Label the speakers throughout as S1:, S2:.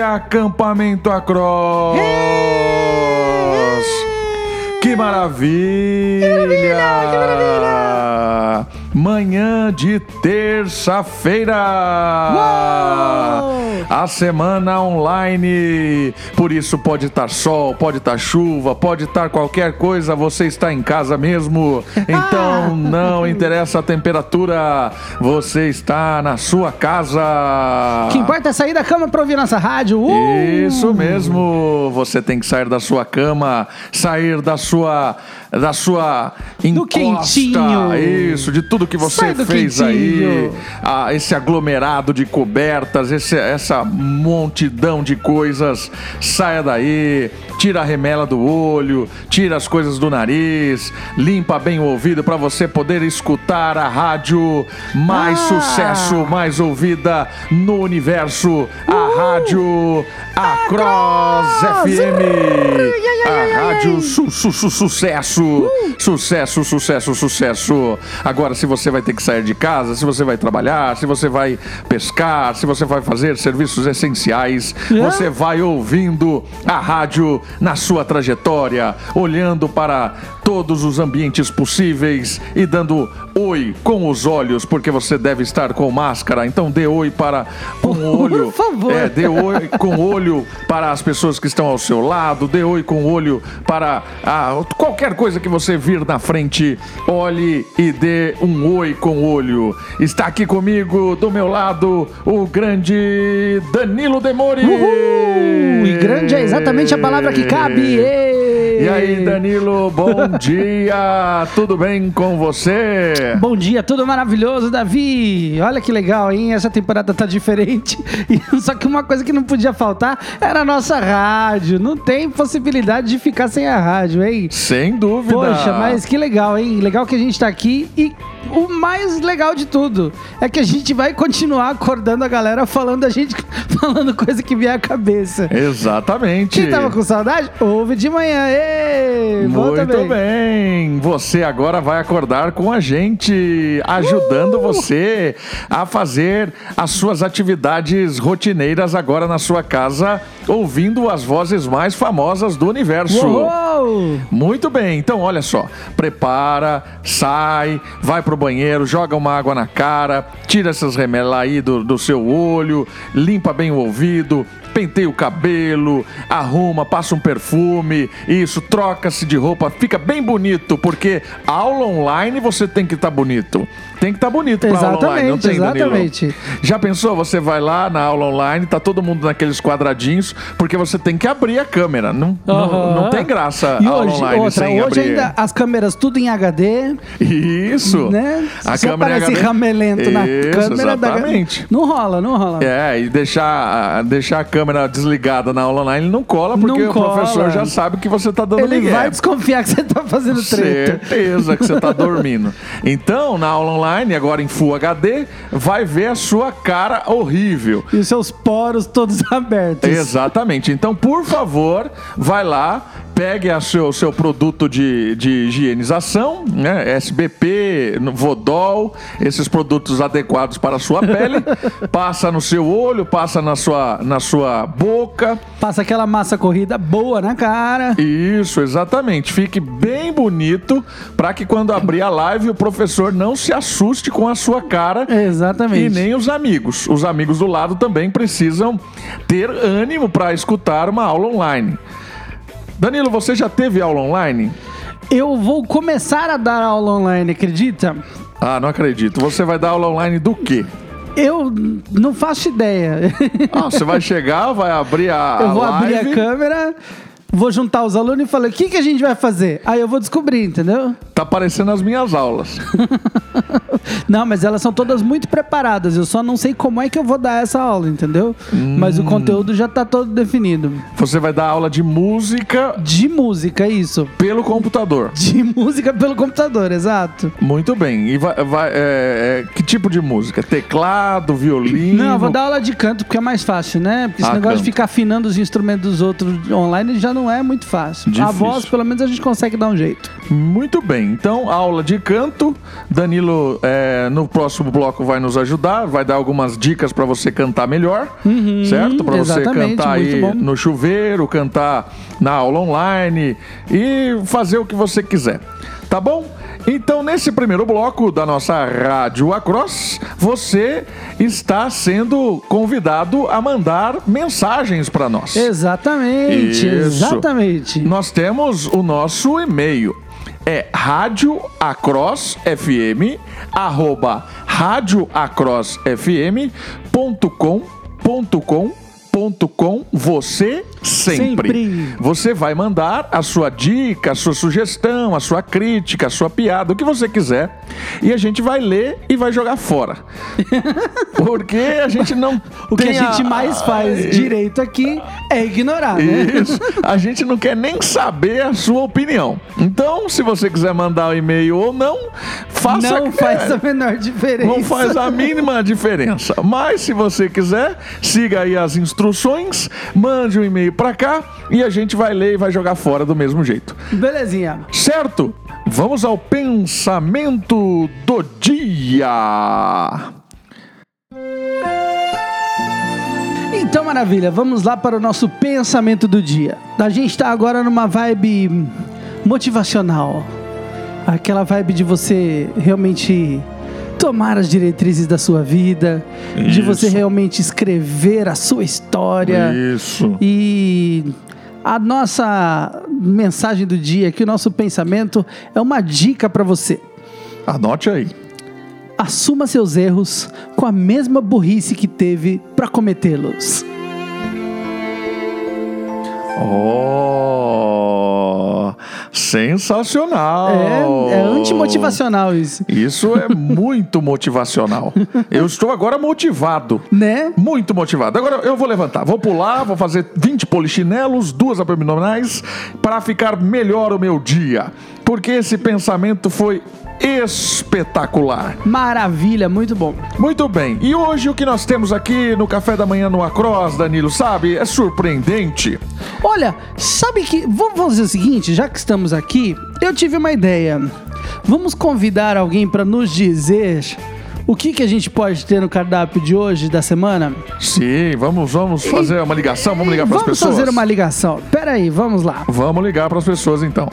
S1: Acampamento Across! Que maravilha! Que maravilha! Manhã de terça-feira! A semana online. Por isso pode estar sol, pode estar chuva, pode estar qualquer coisa, você está em casa mesmo. Então não interessa a temperatura, você está na sua casa.
S2: O que importa é sair da cama pra ouvir nossa rádio. Uh!
S1: Isso mesmo. Você tem que sair da sua cama, sair da sua da sua encosta.
S2: quentinho.
S1: Isso, de tudo que você
S2: Sai do
S1: fez aí.
S2: quentinho.
S1: Ah, esse aglomerado de cobertas, esse, essa montidão de coisas. Saia daí, tira a remela do olho, tira as coisas do nariz, limpa bem o ouvido para você poder escutar a rádio mais
S2: Ah!
S1: sucesso, mais ouvida no universo, a rádio Across
S2: Across!
S1: FM.
S2: Ai, ai, ai, Uh!
S1: A
S2: ai,
S1: rádio
S2: ai.
S1: su- su- su- sucesso, sucesso, sucesso, sucesso. Agora, se você vai ter que sair de casa, se você vai trabalhar, se você vai pescar, se você vai fazer serviços essenciais, você vai ouvindo a rádio na sua trajetória, olhando para todos os ambientes possíveis e dando oi com os olhos, porque você deve estar com máscara. Então, dê oi para um olho.
S2: favor.
S1: É, dê oi com olho para as pessoas que estão ao seu lado, dê oi com olho para a- qualquer coisa que você vir na frente, olhe e dê um oi com olho. Está aqui comigo, do meu lado, o grande Danilo Demori.
S2: Uhul! E grande é exatamente a palavra que cabe. Ê!
S1: E aí, Danilo, bom dia! Tudo bem com você?
S2: Bom dia, tudo maravilhoso, Davi. Olha que legal, hein? Essa temporada tá diferente. E Só que uma coisa que não podia faltar era a nossa rádio. Não tem possibilidade de ficar sem a rádio, hein?
S1: Sem dúvida.
S2: Poxa, mas que legal, hein? Legal que a gente tá aqui e o mais legal de tudo é que a gente vai continuar acordando a galera falando a gente falando coisa que vier à cabeça.
S1: Exatamente.
S2: Quem tava com saudade? Ouve de manhã. Ê, volta
S1: Muito bem. Você agora vai acordar com a gente, ajudando você a fazer as suas atividades rotineiras agora na sua casa, ouvindo as vozes mais famosas do universo.
S2: Uou!
S1: Muito bem, então olha só, prepara, sai, vai pro banheiro, joga uma água na cara, tira essas remelas aí do, do seu olho, limpa bem o ouvido, penteia o cabelo, arruma, passa um perfume, isso, troca-se de roupa, fica bem bonito, porque aula online você tem que estar bonito. Tem que estar bonito pra aula online, não
S2: Exatamente,
S1: tem, Danilo?
S2: exatamente.
S1: Já pensou? Você vai lá na aula online, tá todo mundo naqueles quadradinhos, porque você tem que abrir a câmera. Não, não,
S2: Aham.
S1: não tem graça
S2: E
S1: aula
S2: hoje,
S1: Tá, online
S2: outra,
S1: sem
S2: hoje
S1: abrir.
S2: ainda as câmeras tudo em HD,
S1: Isso.
S2: né?
S1: A
S2: Se
S1: câmera
S2: aparece
S1: HD.
S2: ramelento na
S1: Isso,
S2: câmera
S1: exatamente.
S2: da Não rola, não rola.
S1: É, e deixar, a- deixar a câmera desligada na aula online não cola, porque
S2: Não
S1: o
S2: cola.
S1: professor já sabe que você tá dando
S2: Ele
S1: migué.
S2: vai desconfiar que você tá fazendo treta.
S1: Certeza que você tá dormindo. Então, na aula online, agora em Full HD, vai ver a sua cara horrível.
S2: E os seus poros todos abertos.
S1: Exatamente. Então, por favor, vai lá, pegue a seu, o seu produto de, de higienização, né? SBP, Vodol, esses produtos adequados para a sua pele. passa no seu olho, passa na sua, na sua boca.
S2: Passa aquela massa corrida boa na cara.
S1: Isso, exatamente. Fique bem bonito para que quando abrir a live o professor não se assuste com a sua cara.
S2: É. Exatamente.
S1: E nem os amigos. Os amigos do lado também precisam ter ânimo para escutar uma aula online. Danilo, você já teve aula online?
S2: Eu vou começar a dar aula online, acredita?
S1: Ah, não acredito. Você vai dar aula online do quê?
S2: Eu não faço ideia.
S1: Ah, você vai chegar, vai abrir a
S2: eu vou
S1: live.
S2: abrir a câmera, vou juntar os alunos e falar: o que, que a gente vai fazer? Aí eu vou descobrir, entendeu?
S1: Tá parecendo as minhas aulas.
S2: Não, mas elas são todas muito preparadas. Eu só não sei como é que eu vou dar essa aula, entendeu? Mas
S1: Hum.
S2: o conteúdo já tá todo definido.
S1: Você vai dar aula de música
S2: De música, isso.
S1: pelo computador.
S2: De música pelo computador, exato.
S1: Muito bem. E vai, vai- é, é, que tipo de música? Teclado, violino?
S2: Não, eu vou dar aula de canto porque é mais fácil, né? Porque esse
S1: Ah,
S2: negócio de
S1: canto.
S2: ficar afinando os instrumentos dos outros online já não é muito fácil. A
S1: Difícil.
S2: voz, pelo menos, a gente consegue dar um jeito.
S1: Muito bem. Então, aula de canto. Danilo é, É, no próximo bloco vai nos ajudar, vai dar algumas dicas para você cantar melhor, certo? Para você
S2: Uhum, exatamente,
S1: cantar
S2: muito
S1: aí
S2: bom.
S1: no chuveiro, cantar na aula online e fazer o que você quiser. Tá bom? Então, nesse primeiro bloco da nossa Rádio Across, você está sendo convidado a mandar mensagens para nós.
S2: Exatamente,
S1: Isso.
S2: exatamente.
S1: Nós temos o nosso e-mail. É radioacrossfm, arroba radioacrossfm.com.com.com você sempre.
S2: Sempre.
S1: Você vai mandar a sua dica, a sua sugestão, a sua crítica, a sua piada, o que você quiser. E a gente vai ler e vai jogar fora. Porque a gente não.
S2: O que a
S1: tem
S2: gente mais faz direito aqui é ignorar, né?
S1: isso. A gente não quer nem saber a sua opinião. Então, se você quiser mandar o e-mail ou não, faça.
S2: Não faz
S1: é,
S2: a menor diferença.
S1: não faz a mínima diferença. Mas se você quiser, siga aí as instruções, mande um e-mail pra cá e a gente vai ler e vai jogar fora do mesmo jeito.
S2: Belezinha.
S1: Certo? Vamos ao pensamento do dia.
S2: Então, maravilha, vamos lá para o nosso pensamento do dia. A gente está agora numa vibe motivacional. Aquela vibe de você realmente tomar as diretrizes da sua vida, de você
S1: Isso.
S2: realmente escrever a sua história.
S1: Isso.
S2: É. E a nossa mensagem do dia, que o nosso pensamento é uma dica para você.
S1: Anote aí.
S2: Assuma seus erros com a mesma burrice que teve para cometê-los.
S1: Oh, sensacional!
S2: É, é
S1: Oh.
S2: antimotivacional isso.
S1: Isso é muito motivacional. Eu estou agora motivado.
S2: Né?
S1: Muito motivado. Agora eu vou levantar, vou pular, vou fazer 20 polichinelos, duas abdominais, para ficar melhor o meu dia. Porque esse pensamento foi espetacular.
S2: Maravilha, muito bom.
S1: Muito bem, e hoje o que nós temos aqui no café da manhã no Across, Danilo, sabe? É surpreendente.
S2: Olha, sabe que. Vamos fazer o seguinte, já que estamos aqui, eu tive uma ideia. Vamos convidar alguém para nos dizer o que, que a gente pode ter no cardápio de hoje, da semana?
S1: Sim, vamos, vamos fazer uma ligação, vamos ligar para as
S2: Vamos
S1: pessoas.
S2: fazer uma ligação. Pera aí, vamos lá.
S1: Vamos ligar para as pessoas então.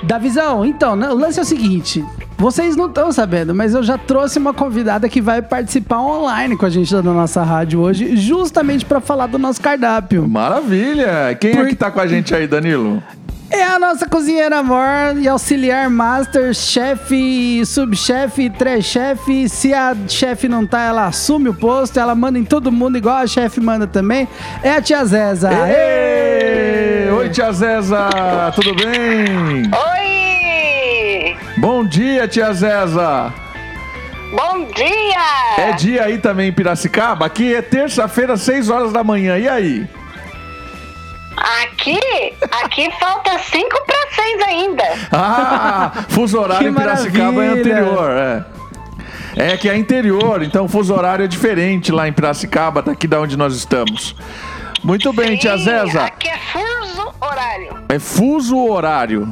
S2: Davizão, então, né, o lance é o seguinte. Vocês não estão sabendo, mas eu já trouxe uma convidada que vai participar online com a gente da nossa rádio hoje, justamente para falar do nosso cardápio.
S1: Maravilha! Quem é que tá com a gente aí, Danilo?
S2: É a nossa cozinheira amor e auxiliar master, chefe, subchefe, três-chefe. Se a chefe não tá, ela assume o posto, ela manda em todo mundo igual a chefe manda também. É a tia Zeza.
S1: Ê! Oi, tia Zeza! Tudo bem?
S3: Oi!
S1: Bom dia, tia Zeza!
S3: Bom dia!
S1: É dia aí também em Piracicaba? Aqui é terça-feira, 6 horas da manhã. E aí?
S3: Aqui, aqui falta cinco para seis ainda.
S1: Ah! Fuso horário
S2: Que
S1: em Piracicaba é
S2: maravilha!
S1: anterior, é. É que é interior, então o fuso horário é diferente lá em Piracicaba, daqui da onde nós estamos. Muito bem, tia
S3: Sim,
S1: Zeza.
S3: Aqui é fuso horário.
S1: É fuso horário.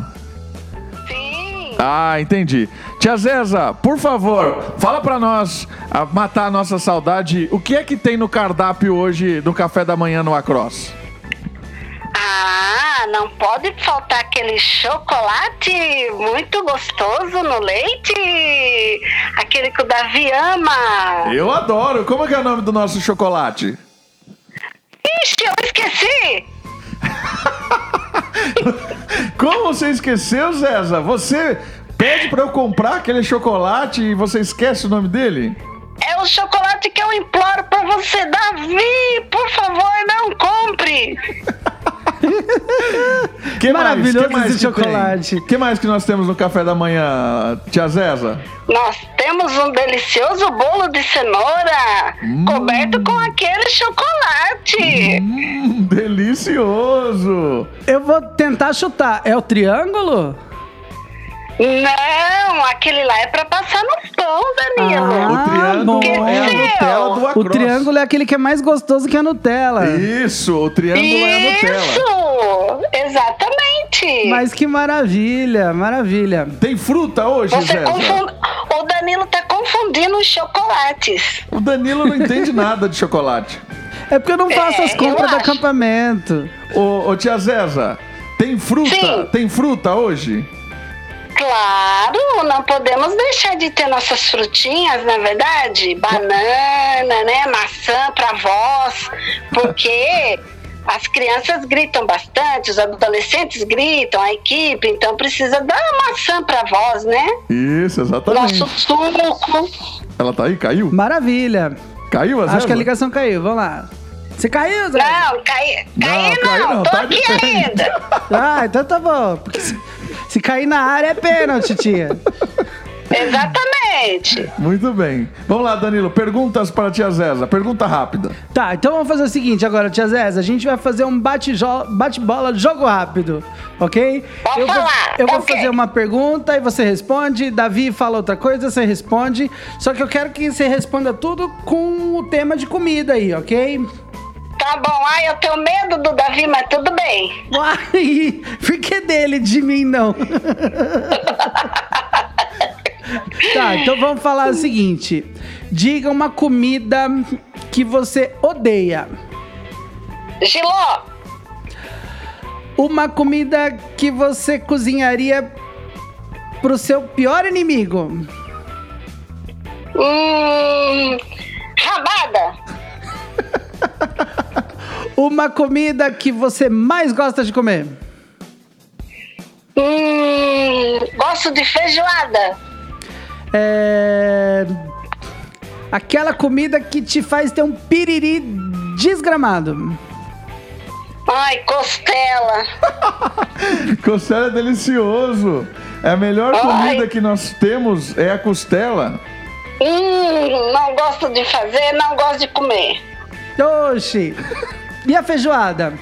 S3: Sim.
S1: Ah, entendi. Tia Zeza, por favor, fala pra nós, a matar a nossa saudade, o que é que tem no cardápio hoje do café da manhã no Across?
S3: Ah, não pode faltar aquele chocolate muito gostoso no leite. Aquele que o Davi ama.
S1: Eu adoro. Como é que é o nome do nosso chocolate?
S3: Ixi, eu esqueci.
S1: Como você esqueceu, Zeza? Você pede pra eu comprar aquele chocolate e você esquece o nome dele?
S3: É o chocolate que eu imploro pra você, Davi. Por favor, não compre.
S1: Que
S2: Maravilhoso
S1: mais? Que mais
S2: esse
S1: que tem?
S2: chocolate.
S1: que mais que nós temos no café da manhã, Tia Zeza?
S3: Nós temos um delicioso bolo de cenoura coberto com aquele chocolate.
S1: Hum, delicioso.
S2: Eu vou tentar chutar. É o triângulo?
S3: Não, aquele lá é pra passar no pão, Danilo.
S2: Ah,
S1: o triângulo
S2: bom.
S1: é a Nutella do
S2: O
S1: Across.
S2: triângulo é aquele que é mais gostoso que a Nutella.
S1: Isso, o triângulo é a Nutella.
S3: Isso, exatamente.
S2: Mas que maravilha, maravilha.
S1: Tem fruta hoje,
S3: Você
S1: Zeza?
S3: confunde. Ô, Danilo tá confundindo os chocolates.
S1: O Danilo não entende nada de chocolate.
S2: É porque eu não faço
S3: É,
S2: as compras
S3: eu
S2: do
S3: acho.
S2: acampamento.
S1: Ô, ô tia Zeza, tem fruta?
S3: Sim.
S1: Tem fruta hoje?
S3: Claro, não podemos deixar de ter nossas frutinhas, na verdade, banana, né, maçã para vós, porque as crianças gritam bastante, os adolescentes gritam, a equipe, então precisa dar uma maçã para vós, né?
S1: Isso, exatamente.
S3: Nosso suco.
S1: Ela tá aí? Caiu?
S2: Maravilha.
S1: Caiu a Zeza?
S2: Acho que a ligação caiu. Vamos lá. Você caiu, Zé?
S3: Não, caí, caí
S1: É. Não,
S3: não,
S1: caiu não,
S3: tô
S1: tá
S3: aqui
S1: diferente.
S3: ainda.
S2: Ah, então tá bom. Porque se, se cair na área é pênalti, tia.
S3: Exatamente.
S1: Muito bem. Vamos lá, Danilo. Perguntas para a tia Zeza. Pergunta rápida.
S2: Tá, então vamos fazer o seguinte agora, tia Zéza. A gente vai fazer um bate-jo- bate-bola de jogo rápido, ok?
S3: Pode
S2: eu vou,
S3: falar,
S2: eu vou
S3: ok.
S2: fazer uma pergunta e você responde. Davi fala outra coisa, você responde. Só que eu quero que você responda tudo com o tema de comida aí, ok?
S3: Tá bom, ai, eu tenho medo do Davi, mas tudo bem.
S2: Uai, por que dele, de mim não? tá, então vamos falar o seguinte. Diga uma comida que você odeia.
S3: Giló,
S2: Uma comida que você cozinharia pro seu pior inimigo.
S3: hum, rabada.
S2: Uma comida que você mais gosta de comer.
S3: Hum, gosto de feijoada.
S2: É... Aquela comida que te faz ter um piriri desgramado.
S3: Ai, costela.
S1: Costela é delicioso. É a melhor
S3: Ai.
S1: comida que nós temos é a costela.
S3: Hum, não gosto de fazer, não gosto de comer.
S2: Oxi! E a feijoada?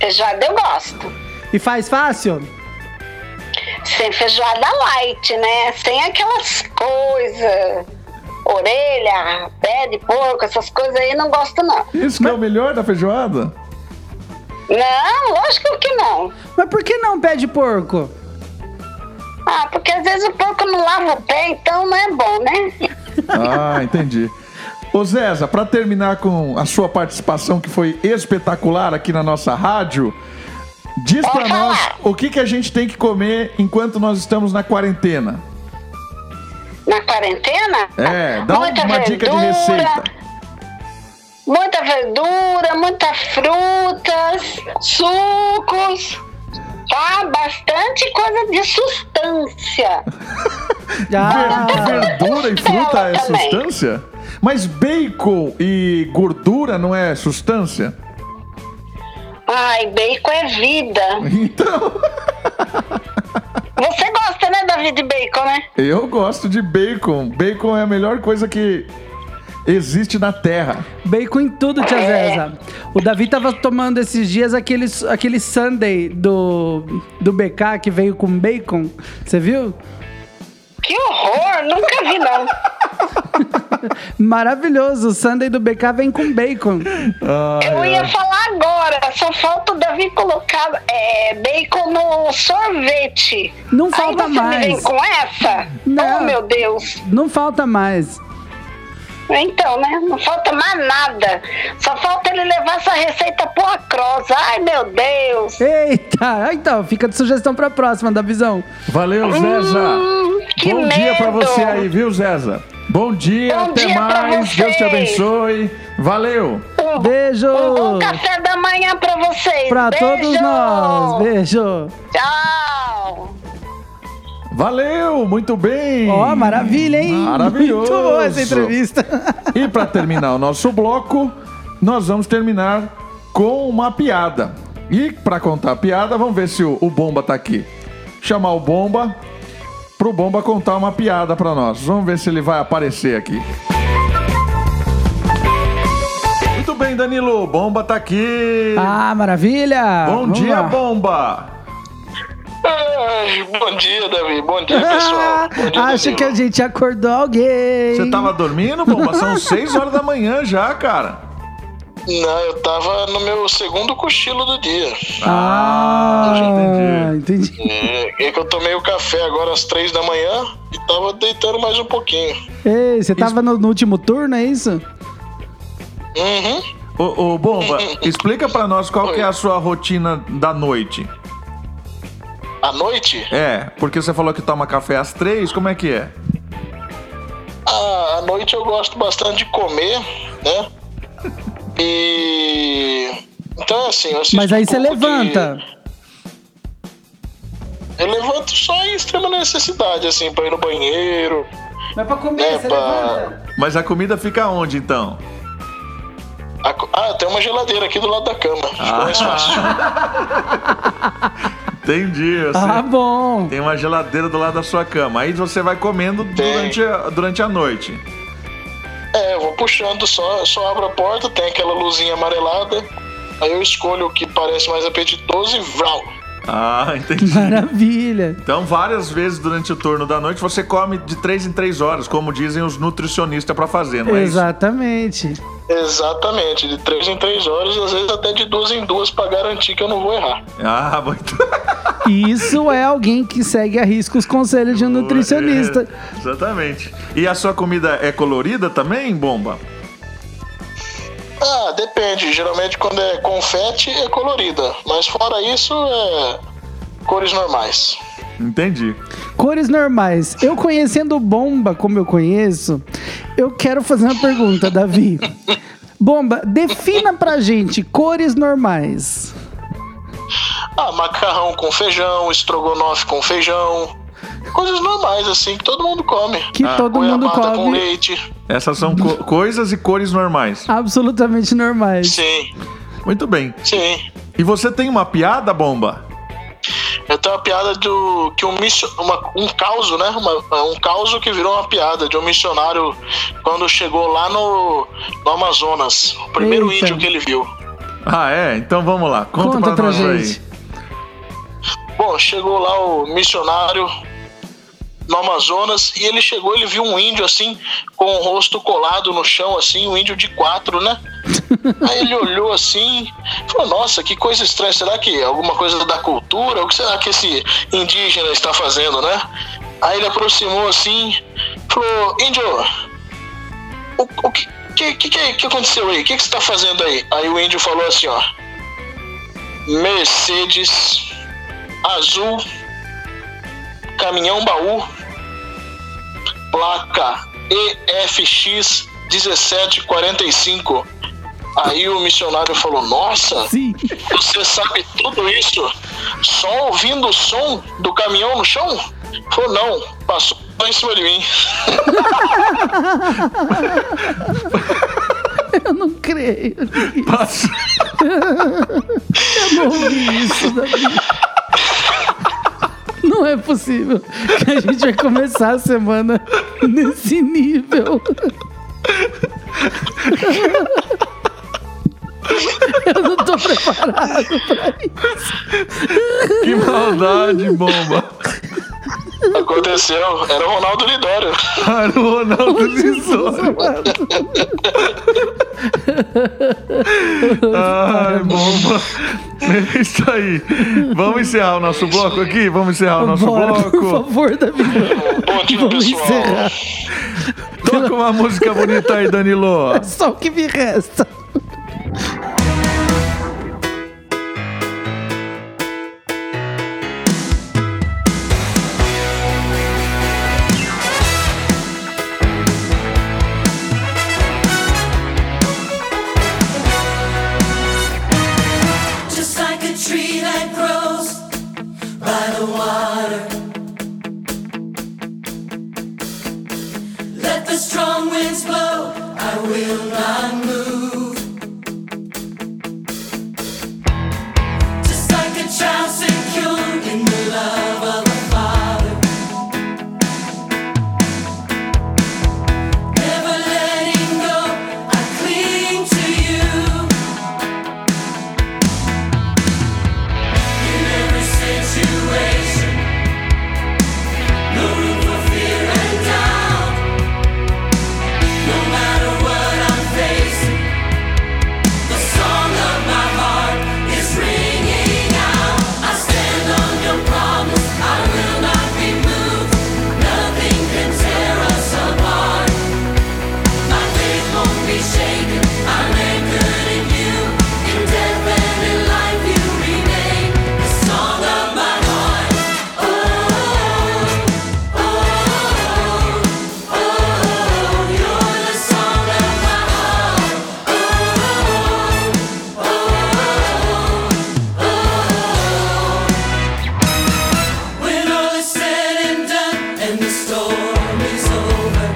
S3: Feijoada eu gosto.
S2: E faz fácil?
S3: Sem feijoada light, né? Sem aquelas coisas. Orelha, pé de porco, essas coisas aí não gosto não.
S1: Isso que é o melhor da feijoada?
S3: Não, lógico que não.
S2: Mas por que não pé de porco?
S3: Ah, porque às vezes o porco não lava o pé, então não é bom, né?
S1: Ah, entendi. Ô Zeza, para terminar com a sua participação que foi espetacular aqui na nossa rádio, diz para
S3: Pode
S1: nós
S3: falar.
S1: o que, que a gente tem que comer enquanto nós estamos na quarentena.
S3: Na quarentena?
S1: É, dá
S3: muita
S1: uma dica de
S3: verdura,
S1: receita.
S3: muita verdura, muitas frutas, sucos, tá? Bastante coisa de sustância.
S1: Ver-
S2: Ah,
S1: Verdura e fruta é
S3: Ela também.
S1: sustância? Mas bacon e gordura não é sustância?
S3: Ai, bacon é vida.
S1: Então,
S3: Você gosta, né, Davi, de bacon, né?
S1: eu gosto de bacon. Bacon é a melhor coisa que existe na Terra.
S2: bacon em tudo, tia Zeza. O Davi tava tomando esses dias aquele, aquele Sunday do, do BK que veio com bacon. Você viu?
S3: Que horror, nunca vi não.
S2: Maravilhoso. O Sunday do BK vem com bacon.
S1: Ai,
S3: Eu ia falar agora, só falta o Davi colocar é, bacon no sorvete.
S2: Não falta
S3: Aí você me vem
S2: mais.
S3: com essa?
S2: Não.
S3: Oh, meu Deus.
S2: Não falta mais.
S3: Então, né? Não falta mais nada. Só falta ele levar essa receita pro Acros. Ai, meu Deus.
S2: Eita! Então, fica de sugestão pra próxima, da visão.
S1: Valeu, Zeza.
S3: Hum, que
S1: Ah, Bom dia pra
S3: medo. Um,
S1: você aí, viu, Zeza? Bom dia,
S3: Bom
S1: até
S3: dia pra
S1: mais. Deus te
S3: vocês.
S1: abençoe. Valeu.
S3: Um,
S2: Beijo!
S3: um bom café da manhã pra vocês.
S2: Pra
S3: Beijo.
S2: todos nós. Beijo.
S3: Tchau.
S1: Valeu, muito bem.
S2: Ó, maravilha, hein?
S1: Maravilhoso.
S2: Muito boa essa entrevista.
S1: E para terminar o nosso bloco, nós vamos terminar com uma piada. E para contar a piada, vamos ver se o, o Bomba tá aqui. Chamar o Bomba pro Bomba contar uma piada para nós. Vamos ver se ele vai aparecer aqui. Muito bem, Danilo, o Bomba tá aqui.
S2: Ah, maravilha.
S1: Bom
S2: Vamos
S1: dia,
S2: lá.
S1: Bomba.
S4: Ai, bom dia, Davi. Bom dia, pessoal.
S2: Ah,
S4: Bom dia,
S2: acho
S4: Danilo.
S2: que a gente acordou alguém.
S1: Você tava dormindo, Bomba? São 6 horas da manhã já, cara.
S4: Não, eu tava no meu segundo cochilo do dia.
S2: Ah,
S1: já
S2: entendi.
S4: É, é que eu tomei o café agora às três da manhã e tava deitando mais um pouquinho.
S2: Ei, você tava no, no último turno, é isso?
S4: Uhum.
S1: Ô, ô, Bomba, explica pra nós qual que é a sua rotina da noite.
S4: À noite?
S1: É, porque você falou que toma café às três, como é que é?
S4: Ah, à noite eu gosto bastante de comer, né? E. Então, assim, eu assisto
S2: Mas aí
S4: um
S2: você
S4: pouco de-
S2: levanta.
S4: Eu levanto só em extrema necessidade, assim, pra ir no banheiro.
S2: Mas pra comer,
S4: É,
S2: você
S4: pra-
S2: levanta.
S1: Mas a comida fica onde então?
S4: A co- Ah, tem uma geladeira aqui do lado da cama.
S1: Ah,
S2: Ah.
S4: Ficou mais fácil.
S1: Entendi. Você
S2: Ah, bom.
S1: Tem uma geladeira do lado da sua cama. Aí você vai comendo
S4: Tem.
S1: durante a, durante a noite.
S4: É, eu vou puxando, só, só abro a porta, tem aquela luzinha amarelada. Aí eu escolho o que parece mais apetitoso e vral.
S1: Ah, entendi.
S2: Maravilha.
S1: Então, várias vezes durante o turno da noite, você come de três em três horas, como dizem os nutricionistas pra fazer, não é isso?
S2: Exatamente.
S4: Exatamente, de três em três horas, às vezes até de duas em duas, pra garantir que eu não vou errar.
S1: Ah, muito.
S2: Isso é alguém que segue a risco os conselhos de um nutricionista.
S1: É, exatamente. E a sua comida é colorida também, bomba?
S4: Ah, depende. Geralmente quando é confete é colorida. Mas fora isso, é cores normais.
S1: Entendi.
S2: Cores normais. Eu conhecendo bomba como eu conheço, eu quero fazer uma pergunta, Davi. Bomba, defina pra gente cores normais.
S4: Ah, macarrão com feijão, estrogonofe com feijão. Coisas normais, assim, que todo mundo come.
S2: Que todo mundo
S4: Goiabada com
S2: come.
S4: leite.
S1: Essas são co- coisas e cores normais.
S2: Absolutamente normais.
S4: Sim,
S1: Muito bem.
S4: sim.
S1: E você tem uma piada, bomba?
S4: Eu tenho uma piada do que um missio- uma- um caos, né? Uma- um caos que virou uma piada de um missionário quando chegou lá no, no Amazonas. O primeiro
S2: Eita.
S4: índio que ele viu.
S1: Ah, é? Então vamos lá. Conta,
S2: Conta
S1: pra,
S2: pra
S1: nós
S2: gente.
S1: aí.
S4: Bom, chegou lá o missionário no Amazonas e ele chegou, ele viu um índio assim, com o rosto colado no chão, assim, um índio de quatro, né? Aí ele olhou assim, falou: Nossa, que coisa estranha, será que é alguma coisa da cultura? O que será que esse indígena está fazendo, né? Aí ele aproximou assim, falou: Índio, o, o que, que, que, que- que aconteceu aí? O que, que você está fazendo aí? Aí o índio falou assim: Ó, Mercedes azul, caminhão baú, placa EFX 1745. Aí o missionário falou: Nossa,
S2: Sim.
S4: você sabe tudo isso só ouvindo o som do caminhão no chão? Falou: Não, passou em cima de mim.
S2: Eu não creio.
S1: Passa-
S2: Eu não ouvi isso, Davi. Não é possível que a gente vai começar a semana nesse nível. Eu não tô preparado.
S1: Que maldade, bomba.
S4: Aconteceu, era o Ronaldo Lidório.
S1: Cara, o Ronaldo
S2: Jesus
S1: Lisório.
S2: amado.
S1: Ai, bomba. É isso aí. Vamos encerrar o nosso bloco aqui? Vamos encerrar o nosso
S2: Bora, por
S1: bloco.
S2: favor, Davi.
S4: Bom dia,
S2: Vamos
S4: pessoal.
S2: encerrar.
S1: Toca uma música bonita aí, Danilo.
S2: Só o que me resta.
S5: just like a tree that grows by the water. Let the strong winds blow, I will not move. Just like a child secured in the love of the Father. Never letting go, I cling to you. Situation, no room for fear and doubt. No matter what I'm facing. Oh, oh, Oh, oh, storm is over.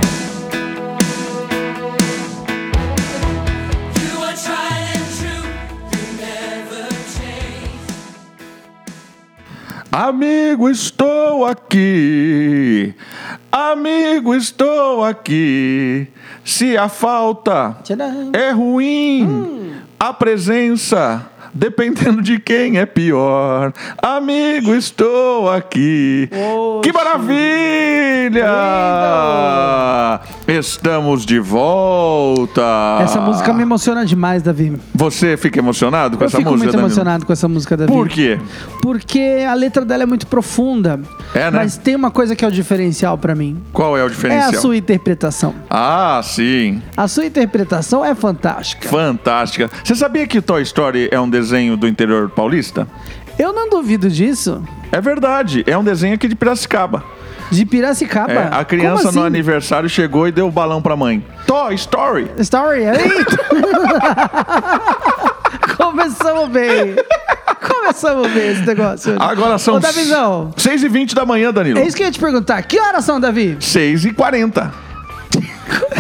S5: You are tried and true. You never change.
S1: Amigo, estou aqui. Amigo, estou aqui. Se a falta
S2: Tcharam.
S1: é ruim, a presença, dependendo de quem, é pior. Amigo, estou aqui.
S2: Poxa.
S1: Que maravilha! Estamos de volta.
S2: Essa música me emociona demais, Davi.
S1: Você fica emocionado com
S2: Eu
S1: essa
S2: fico
S1: música?
S2: muito
S1: Danilo?
S2: emocionado com essa música, Davi.
S1: Por quê?
S2: Porque a letra dela é muito profunda.
S1: É, né?
S2: Mas tem uma coisa que é o diferencial pra mim.
S1: Qual é o
S2: É a
S1: diferencial?
S2: sua interpretação.
S1: Ah, sim.
S2: A sua interpretação é fantástica.
S1: Fantástica. Você sabia que Toy Story é um desenho do interior paulista?
S2: Eu não duvido disso.
S1: É verdade, é um desenho aqui de Piracicaba.
S2: De Piracicaba.
S1: É, a criança
S2: Como assim?
S1: no aniversário chegou e deu o balão pra mãe. Toy Story!
S2: Story. é Eita! Começamos bem. Começamos bem esse negócio. hoje.
S1: Agora são
S2: Ô, Davizão,
S1: 6h20 da manhã, Danilo.
S2: é isso que eu ia te perguntar. Que horas são, Davi?
S1: 6h40.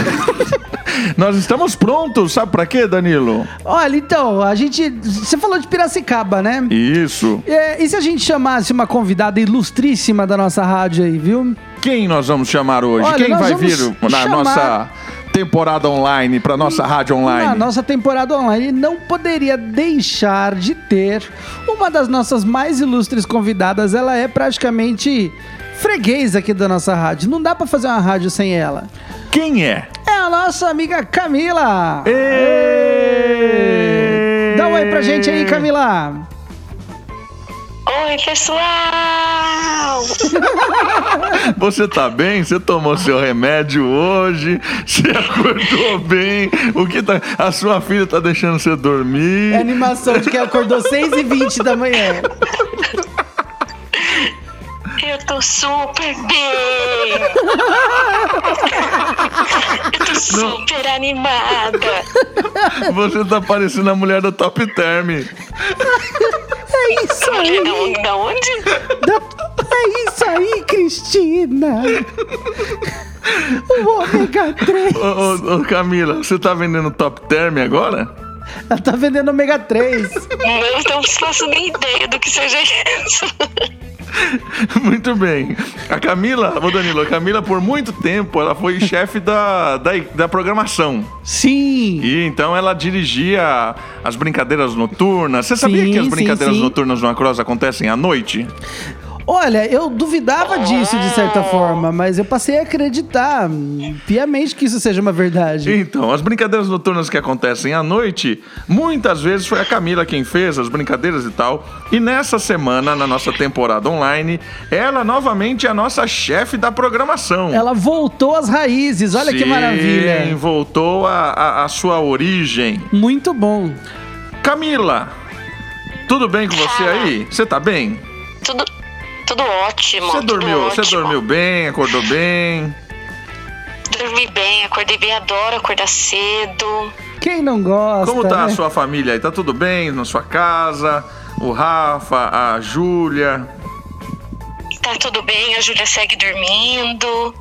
S1: Nós estamos prontos, sabe pra quê, Danilo?
S2: Olha, então, a gente... Você falou de Piracicaba, né?
S1: Isso.
S2: É, e se a gente chamasse uma convidada ilustríssima da nossa rádio aí, viu?
S1: Quem nós vamos chamar hoje?
S2: Olha,
S1: Quem
S2: nós
S1: vai vir
S2: vamos
S1: na
S2: chamar-
S1: nossa temporada online, pra nossa rádio online?
S2: Na nossa temporada online, não poderia deixar de ter uma das nossas mais ilustres convidadas. Ela é praticamente freguês aqui da nossa rádio. Não dá pra fazer uma rádio sem ela.
S1: Quem é?
S2: É a nossa amiga Camila.
S1: Ê!
S2: Dá um oi pra gente aí, Camila.
S3: Oi, pessoal!
S1: Você tá bem? Você tomou seu remédio hoje? Você acordou bem? O que tá... A sua filha tá deixando você
S2: É
S1: dormir?
S2: animação de quem acordou 6h20 da manhã.
S3: Eu tô super bem! Eu tô super animada!
S1: Você tá parecendo a mulher da Top Term.
S2: Isso aí.
S3: Da, é um da onde?
S2: Da- É isso aí, Cristina. O ômega 3.
S1: Ô, ô, ô, Camila, você tá vendendo Top Term agora?
S2: Ela tá vendendo ômega 3.
S3: Eu não faço nem ideia do que seja isso.
S1: Muito bem. A Camila, ô Danilo, a Camila por muito tempo ela foi chefe da, da, da programação.
S2: Sim.
S1: E então ela dirigia as brincadeiras noturnas. Você sabia
S2: Sim,
S1: que as
S2: sim,
S1: brincadeiras
S2: sim.
S1: noturnas no Across acontecem à noite?
S2: Olha, eu duvidava disso de certa forma, mas eu passei a acreditar piamente que isso seja uma verdade.
S1: Então, as brincadeiras noturnas que acontecem à noite, muitas vezes foi a Camila quem fez as brincadeiras e tal. E nessa semana, na nossa temporada online, ela novamente é a nossa chefe da programação.
S2: Ela voltou às raízes. Olha que
S1: Sim,
S2: maravilha.
S1: voltou à- à à sua origem.
S2: Muito bom.
S1: Camila, tudo bem com você aí? Você tá bem?
S3: Tudo, tudo ótimo.
S1: Você
S3: tudo
S1: dormiu, você
S3: ótimo.
S1: dormiu bem, acordou bem?
S3: Dormi bem, acordei bem, adoro acordar cedo.
S2: Quem não gosta?
S1: Como tá a
S2: né?
S1: sua família aí? Tá tudo bem na sua casa? O Rafa, a Júlia.
S3: Tá tudo bem, a Júlia segue dormindo.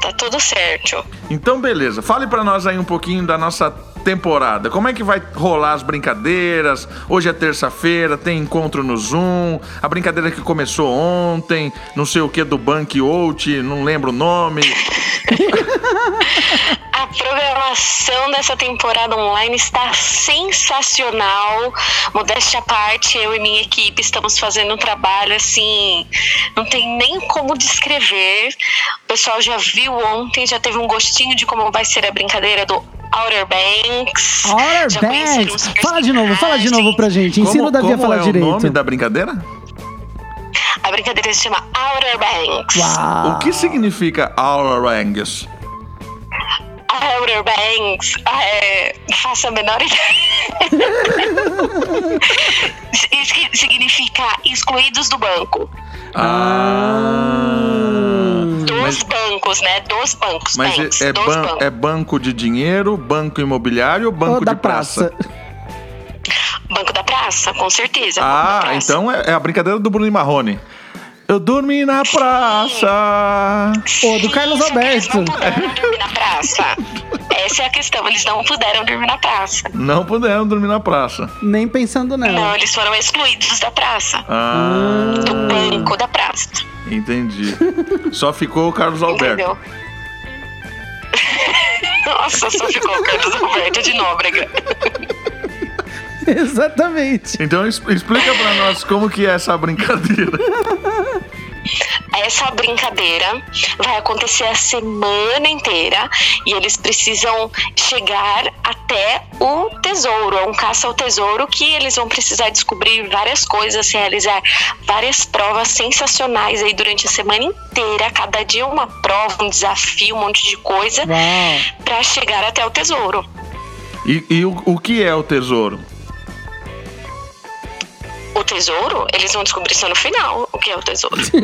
S3: Tá tudo certo.
S1: Então, beleza. Fale pra nós aí um pouquinho da nossa temporada. Como é que vai rolar as brincadeiras? Hoje é terça-feira, tem encontro no Zoom. A brincadeira que começou ontem, não sei o que do Bank Out, não lembro o nome.
S3: A programação dessa temporada online está sensacional. Modéstia à parte, eu e minha equipe estamos fazendo um trabalho assim, não tem nem como descrever. O pessoal já viu ontem, já teve um gostinho de como vai ser a brincadeira do Outer Banks.
S2: Outer
S3: Já conheceram os
S2: Banks. Fala de novo, fala de novo pra gente. Ensina
S1: como
S2: o Davi a
S1: como
S2: falar
S1: é
S2: direito.
S1: o nome da brincadeira?
S3: A brincadeira se chama Outer Banks.
S2: Uau.
S1: O que significa Aura Angus?
S3: Outer Banks, é, faça a menor ideia. Isso que significa excluídos do banco.
S1: Ah.
S3: Dos
S1: Mas-
S3: bancos, né? Dos bancos.
S1: Mas
S3: banks,
S1: é, é
S3: dos
S1: ban-
S3: bancos.
S1: é banco de dinheiro, banco imobiliário ou banco
S2: Ou da
S1: de praça?
S3: Banco da praça, com certeza. banco da
S1: é- Ah,
S6: Então,
S1: é, então
S3: praça.
S1: é, é a brincadeira do Bruno e Marrone. Eu dormi na praça.
S2: Pô, do Carlos
S6: Só que eles
S2: Alberto.
S6: não puderam dormir na praça. Essa é a questão, eles não puderam dormir na praça.
S1: Não puderam dormir na praça.
S2: Nem pensando
S6: Não,
S2: nela.
S6: eles foram excluídos da praça.
S1: Ah,
S6: Do banco da praça.
S1: entendi. Só ficou o Carlos Alberto.
S6: Entendeu? Nossa, só ficou o Carlos Alberto de Nóbrega.
S2: Exatamente.
S1: Então es- explica pra nós como que é essa brincadeira.
S6: Essa brincadeira vai acontecer a semana inteira e eles precisam chegar até o tesouro. É um caça ao tesouro que eles vão precisar descobrir várias coisas, realizar várias provas sensacionais aí durante a semana inteira. Cada dia uma prova, um desafio, um monte de coisa
S2: Uau.
S6: para chegar até o tesouro.
S1: E, e o, o que é o tesouro?
S6: O tesouro, eles vão descobrir só no final o que é o tesouro.
S2: Você,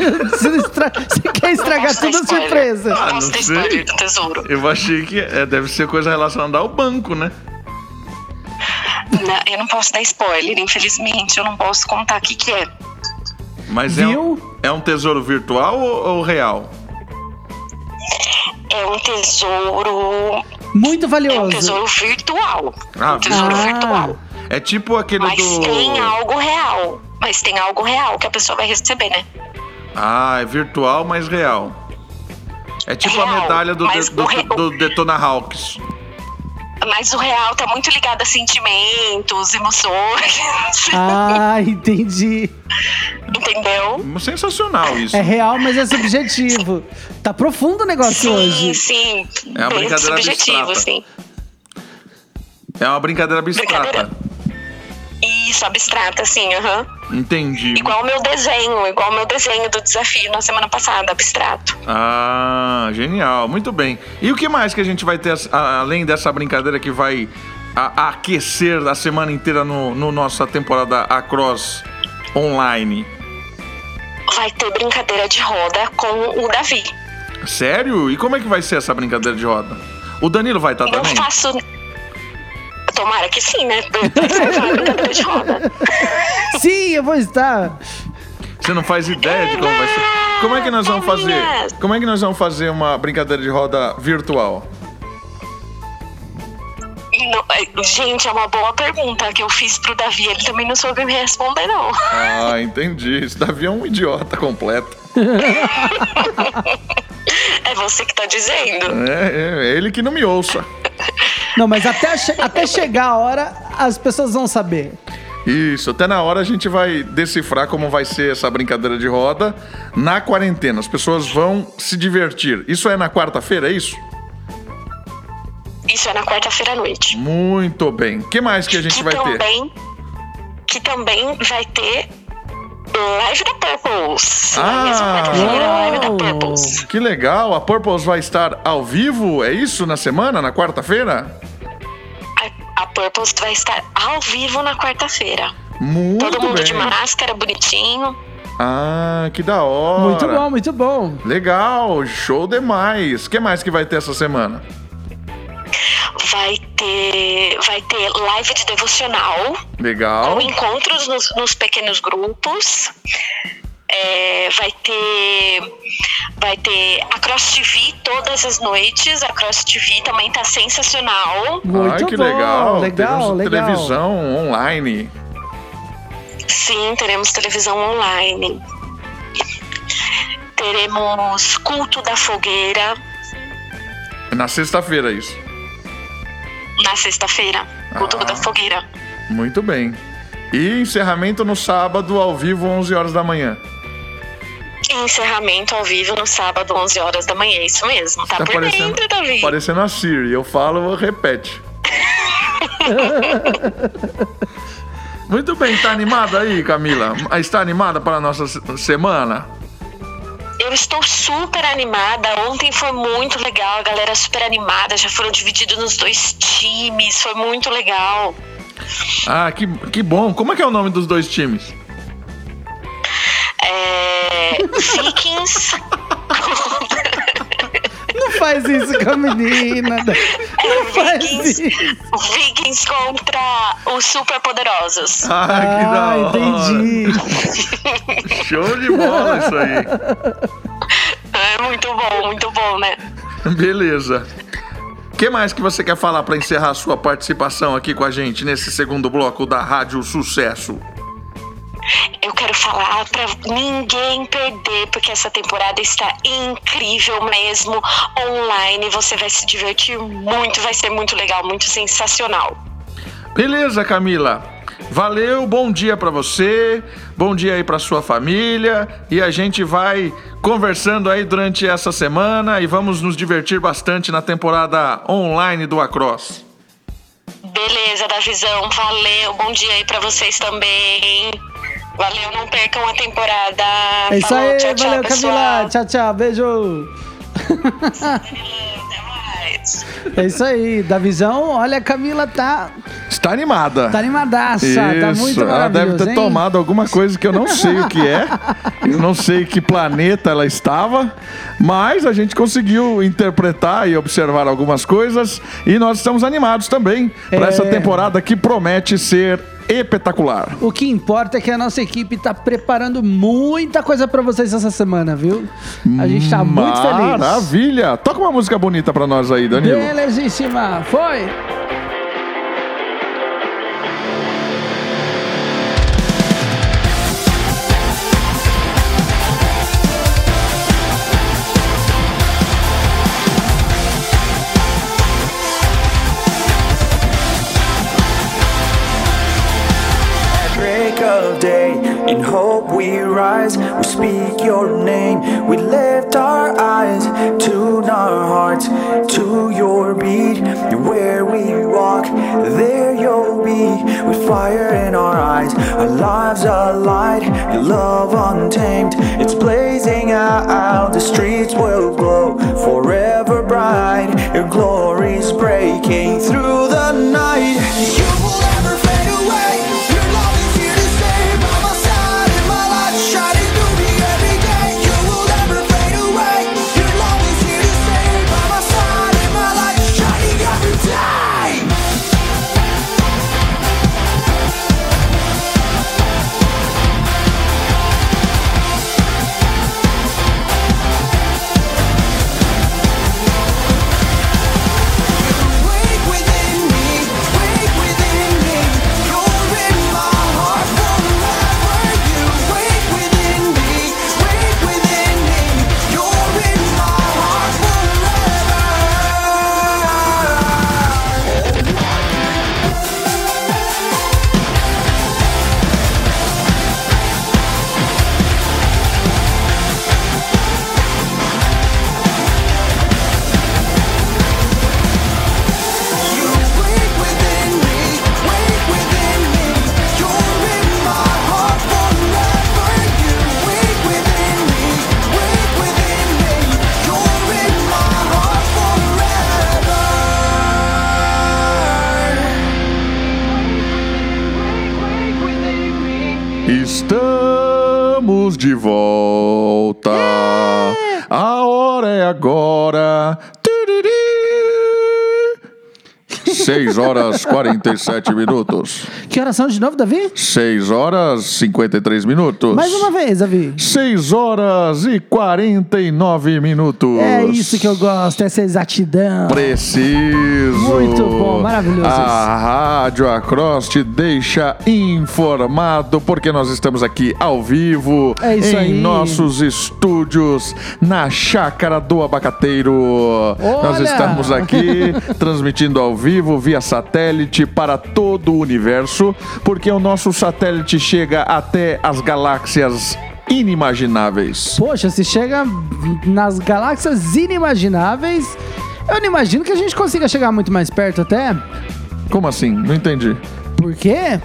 S2: estra- você quer estragar
S6: Posso dar
S2: toda a
S6: spoiler?
S2: surpresa.
S1: Ah,
S6: Posso
S1: não
S6: dar
S1: sei.
S6: spoiler do tesouro.
S1: Eu achei que é, deve ser coisa relacionada ao banco, né?
S6: Não, né? eu não posso dar spoiler, infelizmente. Eu não posso contar o que, que é.
S1: Mas é um,
S2: Viu?
S1: é um tesouro virtual ou, ou real?
S6: É um tesouro.
S2: Muito
S6: É um
S2: valioso.
S6: tesouro virtual.
S1: Ah,
S6: um tesouro
S2: virtual.
S6: virtual.
S1: É tipo aquele
S6: Mas
S1: do.
S6: tem algo real. Mas tem algo real que a pessoa vai receber, né?
S1: Ah, é virtual, mas real. É tipo a
S6: Real,
S1: medalha do,
S6: mas
S1: de- do,
S6: o re-
S1: do Detona Hawks.
S6: Mas o real tá muito ligado a sentimentos, emoções.
S2: Ah, entendi.
S6: entendeu?
S1: Sensacional isso.
S2: É real, mas é subjetivo. Tá profundo o negócio
S6: Sim,
S2: hoje.
S6: sim.
S1: É uma
S6: Bem
S1: brincadeira
S6: subjetivo, assim.
S1: abstrata.
S6: sim.
S1: É uma brincadeira abstrata.
S6: Brincadeira. Isso, abstrata, sim, aham.
S1: Entendi.
S6: Igual o meu desenho, igual o meu desenho do desafio na semana passada, abstrato.
S1: Ah, genial. Muito bem. E o que mais que a gente vai ter as- a- além dessa brincadeira que vai a- aquecer a semana inteira no, no nossa temporada Across Online?
S6: Vai ter brincadeira de roda com o Davi.
S1: Sério? E como é que vai ser essa brincadeira de roda? O Danilo vai estar
S6: Não
S1: também?
S6: faço. Tomara que sim, né? brincadeira de roda.
S2: Sim, eu vou estar.
S1: Você não faz ideia de como vai ser. Como é que nós vamos fazer?
S6: Meninas!
S1: Como é que nós vamos fazer uma brincadeira de roda virtual?
S6: Não, é, gente, é uma boa pergunta que eu fiz pro Davi. Ele também não soube me responder, não.
S1: Ah, entendi. Esse Davi é um idiota completo.
S6: É você que tá dizendo.
S1: É, é, é ele que não me ouça.
S2: Não, mas até, che- até chegar a hora, as pessoas vão saber.
S1: Isso, até na hora a gente vai decifrar como vai ser essa brincadeira de roda na quarentena. As pessoas vão se divertir. Isso é na quarta-feira, é isso?
S6: Isso é na quarta-feira à noite.
S1: Muito bem. O que mais que a gente
S6: que
S1: vai ter?
S6: também. Que também vai ter. Live da Purples.
S1: Ah,
S6: na mesma quarta-feira, live da
S2: uau.
S6: Purples.
S1: Que legal, a Purples vai estar ao vivo, é isso? Na semana, na quarta-feira?
S6: A, a Purples vai estar ao vivo na quarta-feira.
S1: Muito
S6: Todo mundo
S1: bem.
S6: de máscara, bonitinho.
S1: Ah, que da hora.
S2: Muito bom, muito bom.
S1: Legal, show demais. O que mais que vai ter essa semana?
S6: Vai ter, vai ter live de devocional,
S1: Legal.
S6: com encontros nos, nos pequenos grupos. É, vai ter vai ter a Cross TV todas as noites. A Cross TV também tá sensacional.
S2: Muito
S1: Ai, que
S2: bom.
S1: legal.
S2: Legal,
S1: Teremos
S2: legal.
S1: televisão online.
S6: Sim, teremos televisão online. Teremos culto da fogueira
S1: É Na sexta-feira, isso.
S6: na sexta-feira. Culto
S1: Ah.
S6: da fogueira.
S1: Muito bem. E encerramento no sábado, ao vivo, 11 horas da manhã.
S6: E encerramento ao vivo no sábado, 11 horas da manhã. Isso mesmo. Tá, por dentro, Davi.
S1: parecendo a Siri. Eu falo, repete. Muito bem, tá animada aí, Camila? Está animada para a nossa se- semana?
S6: Eu estou super animada. Ontem foi muito legal, a galera super animada. Já foram divididos nos dois times. Foi muito legal.
S1: Ah, que, que bom. Como é que é o nome dos dois times?
S6: É... Vikings.
S2: Não faz isso com a menina.
S6: É
S3: É,
S2: faz
S3: Vikings, Vikings contra os superpoderosos.
S2: Ah,
S1: Ah, que da hora.
S2: entendi.
S1: Show de bola isso aí.
S3: É muito bom, muito bom, né?
S1: Beleza. O que mais que você quer falar pra encerrar a sua participação aqui com a gente nesse segundo bloco da Rádio Sucesso?
S3: Eu quero falar pra ninguém perder, porque essa temporada está incrível mesmo. Online, você vai se divertir muito, vai ser muito legal, muito sensacional.
S1: Beleza, Camila. Valeu, bom dia pra você, bom dia aí pra sua família e a gente vai conversando aí durante essa semana e vamos nos divertir bastante na temporada online do Across.
S3: Beleza, Davizão, valeu. Bom dia aí pra vocês também. Valeu, não percam a temporada.
S2: É isso
S3: Falou,
S2: aí,
S3: tchau, tchau,
S2: valeu,
S3: pessoal.
S2: Camila. Tchau, tchau, beijo.
S3: Até mais.
S2: É isso aí, da visão, olha, a Camila tá,
S1: Está animada.
S2: tá animadaça, tá muito
S1: ela deve
S2: maravilhosa,
S1: ter
S2: hein?
S1: tomado alguma coisa que eu não sei o que é, eu não sei que planeta ela estava, mas a gente conseguiu interpretar e observar algumas coisas e nós estamos animados também para
S2: É.
S1: essa temporada que promete ser espetacular.
S2: O que importa é que a nossa equipe tá preparando muita coisa pra vocês essa semana, viu? A gente tá muito feliz.
S1: Maravilha! Toca uma música bonita para nós aí, Danilo.
S2: Belezíssima, foi!
S7: At break of day, in hope we rise. We speak your name. We lift our eyes, tune our hearts to your beat. And where we walk, there you'll be. With fire in our eyes, our lives alight. Your love untamed, it's blazing out. The streets will glow forever bright. Your glory's breaking through the night.
S5: You will never fade away. Your love is here to stay by my side in my light, shining through me every day. You will never fade away. Your love is here to stay by my side in my light, shining every day. Wake within me, wake within me. You're in my heart forever. You wake within me, wake within me. You're in my heart forever. You wake within me, wake within me. You're in my heart forever. You wake within me, wake within me. You're in my heart forever.
S1: Estamos de volta. A hora é agora. Tiriri. Seis horas 47 minutos.
S2: Que oração de novo, Davi?
S1: 6 horas 53 minutos.
S2: Mais uma vez, Davi.
S1: 6 horas e 49 minutos.
S2: É isso que eu gosto, essa exatidão.
S1: Preciso.
S2: Muito bom, maravilhoso
S1: A Rádio Across te deixa informado, porque nós estamos aqui ao vivo,
S2: É isso
S1: em
S2: aí.
S1: nossos estúdios, na Chácara do Abacateiro. Nós estamos aqui transmitindo ao vivo, via satélite, para todo o universo, porque o nosso satélite chega até as galáxias inimagináveis.
S2: Poxa, se chega nas galáxias inimagináveis, eu não imagino que a gente consiga chegar muito mais perto até.
S1: Como assim? Não entendi.
S2: Por quê?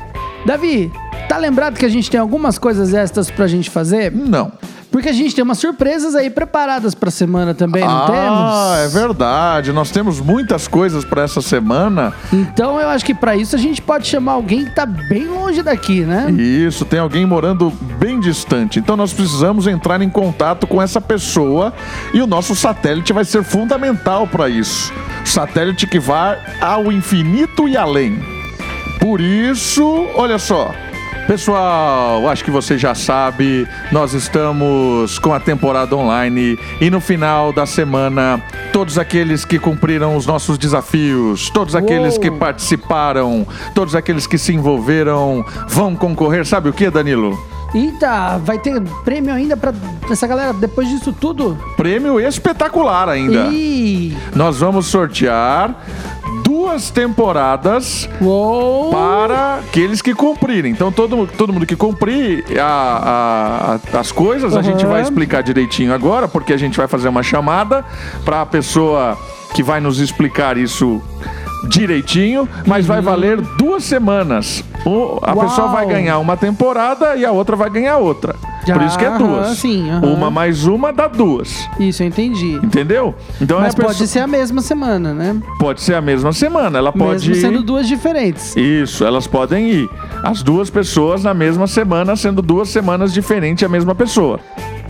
S2: Davi, tá lembrado que a gente tem algumas coisas extras pra gente fazer?
S1: Não.
S2: Porque a gente tem umas surpresas aí preparadas pra semana também, não
S1: ah, é
S2: temos?
S1: verdade. Nós temos muitas coisas para essa semana.
S2: Então eu acho que pra isso a gente pode chamar alguém que tá bem longe daqui, né?
S1: Isso, tem alguém morando bem distante. Então nós precisamos entrar em contato com essa pessoa e o nosso satélite vai ser fundamental para isso. Satélite que vai ao infinito e além. Por isso, olha só. Pessoal, acho que você já sabe, nós estamos com a temporada online e no final da semana, todos aqueles que cumpriram os nossos desafios, todos aqueles que participaram, todos aqueles que se envolveram vão concorrer, sabe o que, Danilo?
S2: Eita, vai ter prêmio ainda pra essa galera depois disso tudo?
S1: Prêmio espetacular ainda.
S2: Ih!
S1: Nós vamos sortear duas temporadas
S2: Uou!
S1: para aqueles que cumprirem. Então, todo, todo mundo que cumprir a- a- a- as coisas, a
S2: Uhum.
S1: gente vai explicar direitinho agora, porque a gente vai fazer uma chamada para a pessoa que vai nos explicar isso direitinho, mas vai valer duas semanas. O- a
S2: Uhum. Uau.
S1: pessoa vai ganhar uma temporada e a outra vai ganhar outra.
S2: Já,
S1: Por isso que é duas.
S2: aham, Ah, sim, aham.
S1: Uma mais uma dá duas.
S2: Isso, eu entendi.
S1: Entendeu? Então
S2: Mas
S1: a
S2: pode
S1: pessoa-
S2: ser a mesma semana, né?
S1: pode ser a mesma semana. Ela pode
S2: Mesmo sendo duas diferentes.
S1: isso, elas podem ir. As duas pessoas na mesma semana, sendo duas semanas diferentes a mesma pessoa.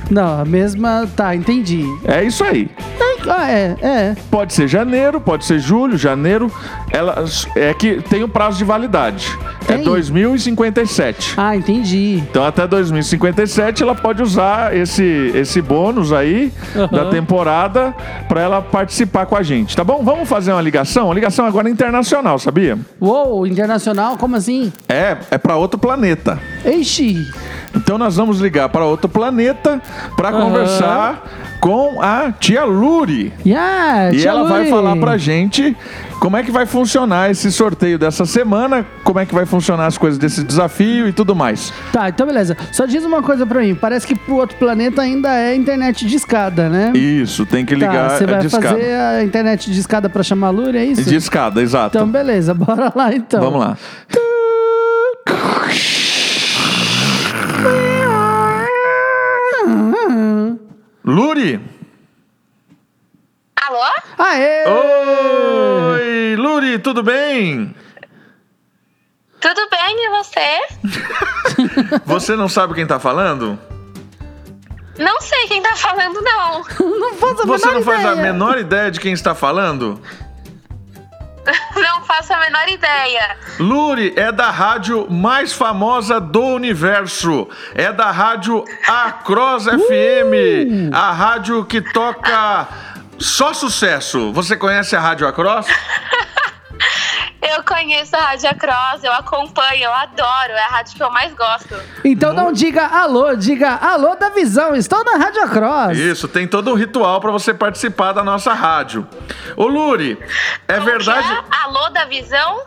S2: Não, a mesma. Tá, entendi.
S1: É isso aí.
S2: É, Ah, é, é.
S1: Pode ser janeiro, pode ser julho, janeiro. Elas, é que tem o prazo de validade. É
S2: Tem?
S1: 2057.
S2: Ah, entendi.
S1: Então até 2057 ela pode usar esse, esse bônus aí da temporada para ela participar com a gente, tá bom? Vamos fazer uma ligação? Uma ligação agora internacional, sabia?
S2: Uou, internacional? Como assim?
S1: É, é para outro planeta.
S2: Ixi!
S1: Então nós vamos ligar para outro planeta para conversar com a tia Luri.
S2: Yeah,
S1: E
S2: tia
S1: ela
S2: Luri.
S1: vai falar pra gente como é que vai funcionar esse sorteio dessa semana, como é que vai funcionar as coisas desse desafio e tudo mais.
S2: Tá, então beleza. Só diz uma coisa pra mim. Parece que pro outro planeta ainda é internet de escada, né?
S1: Isso, tem que
S2: tá,
S1: ligar é
S2: você vai
S1: de escada.
S2: fazer a internet de escada pra chamar a Luri, é isso?
S1: De escada, exato.
S2: Então beleza, bora lá então.
S1: Vamos lá. Luri!
S3: Alô?
S2: Aê!
S1: Oi, Luri, tudo bem?
S3: Tudo bem e você?
S1: Você não sabe quem tá falando?
S3: Não sei quem tá falando, não.
S2: Não faz a
S1: Você
S2: menor
S1: não faz a
S2: ideia.
S1: menor ideia de quem está falando?
S3: Não faço a menor ideia.
S1: Luri é da rádio mais famosa do universo. É da rádio Across FM, a rádio que toca só sucesso. Você conhece a rádio Across?
S3: Eu conheço a Rádio Cross, eu acompanho, eu adoro, é a rádio que eu mais gosto.
S2: Então não diga alô, diga alô da visão. Estou na Rádio Cross.
S1: Isso, tem todo um ritual para você participar da nossa rádio. Ô Luri, é
S3: Como que
S1: verdade?
S3: é? Alô da visão?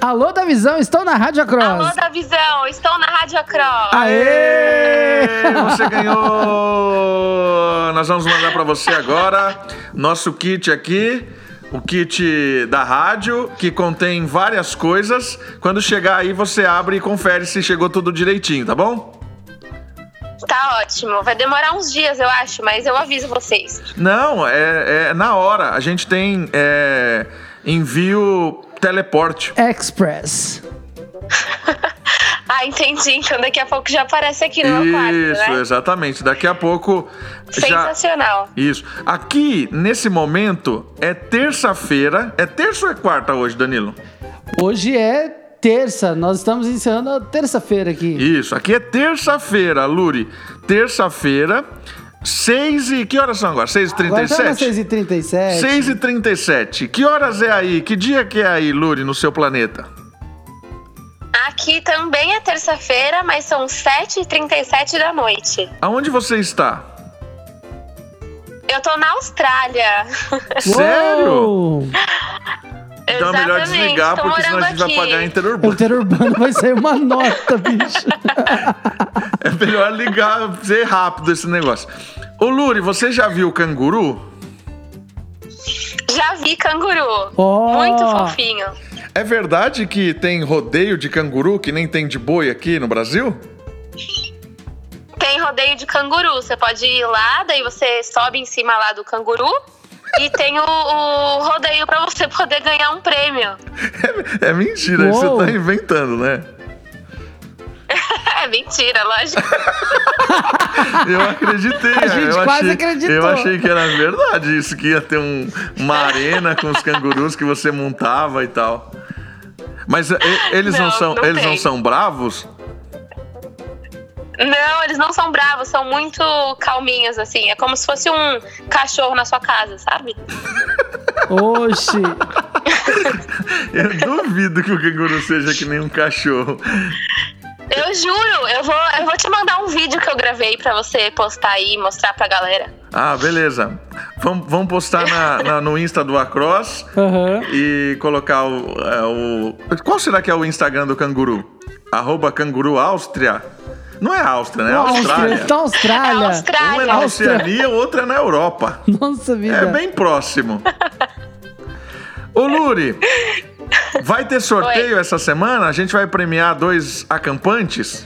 S2: Alô da visão, estou na Rádio
S3: Alô
S2: Cross.
S3: da visão, estou na Rádio Cross.
S1: Aê! Você ganhou! Nós vamos mandar pra você agora nosso kit aqui. O kit da rádio, que contém várias coisas. Quando chegar aí, você abre e confere se chegou tudo direitinho, tá bom?
S3: Tá ótimo, vai demorar uns dias, eu acho, mas eu aviso vocês.
S1: Não, é, é na hora. A gente tem é, envio teleporte.
S2: Express.
S3: Ah, entendi. Então daqui a pouco já aparece aqui no meu
S1: Isso,
S3: quarto, né?
S1: exatamente. Daqui a pouco. é, já-
S3: Sensacional.
S1: Isso. Aqui, nesse momento, é terça-feira. É terça ou é quarta hoje, Danilo?
S2: Hoje é terça, nós estamos iniciando a terça-feira aqui.
S1: Isso. Aqui é terça-feira, Luri. Terça-feira, 6 e... Que horas são agora? 6 e
S2: Agora tá nas
S1: 37?
S2: 6h37.
S1: 6 e 37. Que horas é aí? Que dia que é aí, Luri, no seu planeta?
S3: Aqui também é terça-feira, mas são 7h37 da noite.
S1: Aonde você está?
S3: Eu tô na Austrália.
S1: Sério?
S2: Uou!
S1: Então é melhor desligar,
S3: tô
S1: porque senão a gente
S3: morando
S1: vai
S3: aqui.
S1: pagar
S2: O
S1: interurbano.
S2: Interurbano vai sair uma nota, bicho.
S1: É melhor ligar, ser rápido esse negócio. Ô, Luri, você já viu o canguru?
S3: Já vi canguru.
S2: Ó.
S3: Muito fofinho.
S1: É verdade que tem rodeio de canguru que nem tem de boi aqui no Brasil?
S3: Tem rodeio de
S6: canguru. Você pode ir lá, daí você sobe em cima lá do canguru e tem o, o rodeio pra você poder ganhar um prêmio.
S1: É mentira,
S2: Uou.
S1: você tá inventando, né?
S6: É mentira, lógico.
S1: Eu acreditei.
S2: A gente
S1: eu
S2: quase
S1: achei,
S2: acreditou.
S1: Eu achei que era verdade isso, que ia ter um, uma arena com os cangurus que você montava e tal. Mas e- eles não,
S6: Não,
S1: são,
S6: não
S1: eles não
S6: tem.
S1: são bravos?
S6: Não, eles não são bravos, são muito calminhos, assim. É como se fosse um cachorro na sua casa, sabe?
S2: Oxi.
S1: Eu duvido que o canguru seja que nem um cachorro.
S6: Eu juro, eu vou, eu vou te mandar um vídeo que eu gravei pra você postar aí e mostrar pra galera.
S1: Ah, beleza. Vamos, vamos postar na- na- no Insta do Across
S2: Aham.
S1: e colocar o, é, o- Qual será que é o Instagram do canguru? Arroba canguru Áustria? Não é Áustria, né? É Austrália.
S2: Áustria. Tá Austrália.
S6: É Austrália.
S1: Um é na
S2: Áustria.
S1: Oceania, o outro é na Europa.
S2: Nossa vida.
S1: É bem próximo. Ô, Luri, vai ter sorteio essa semana? A gente vai premiar dois acampantes?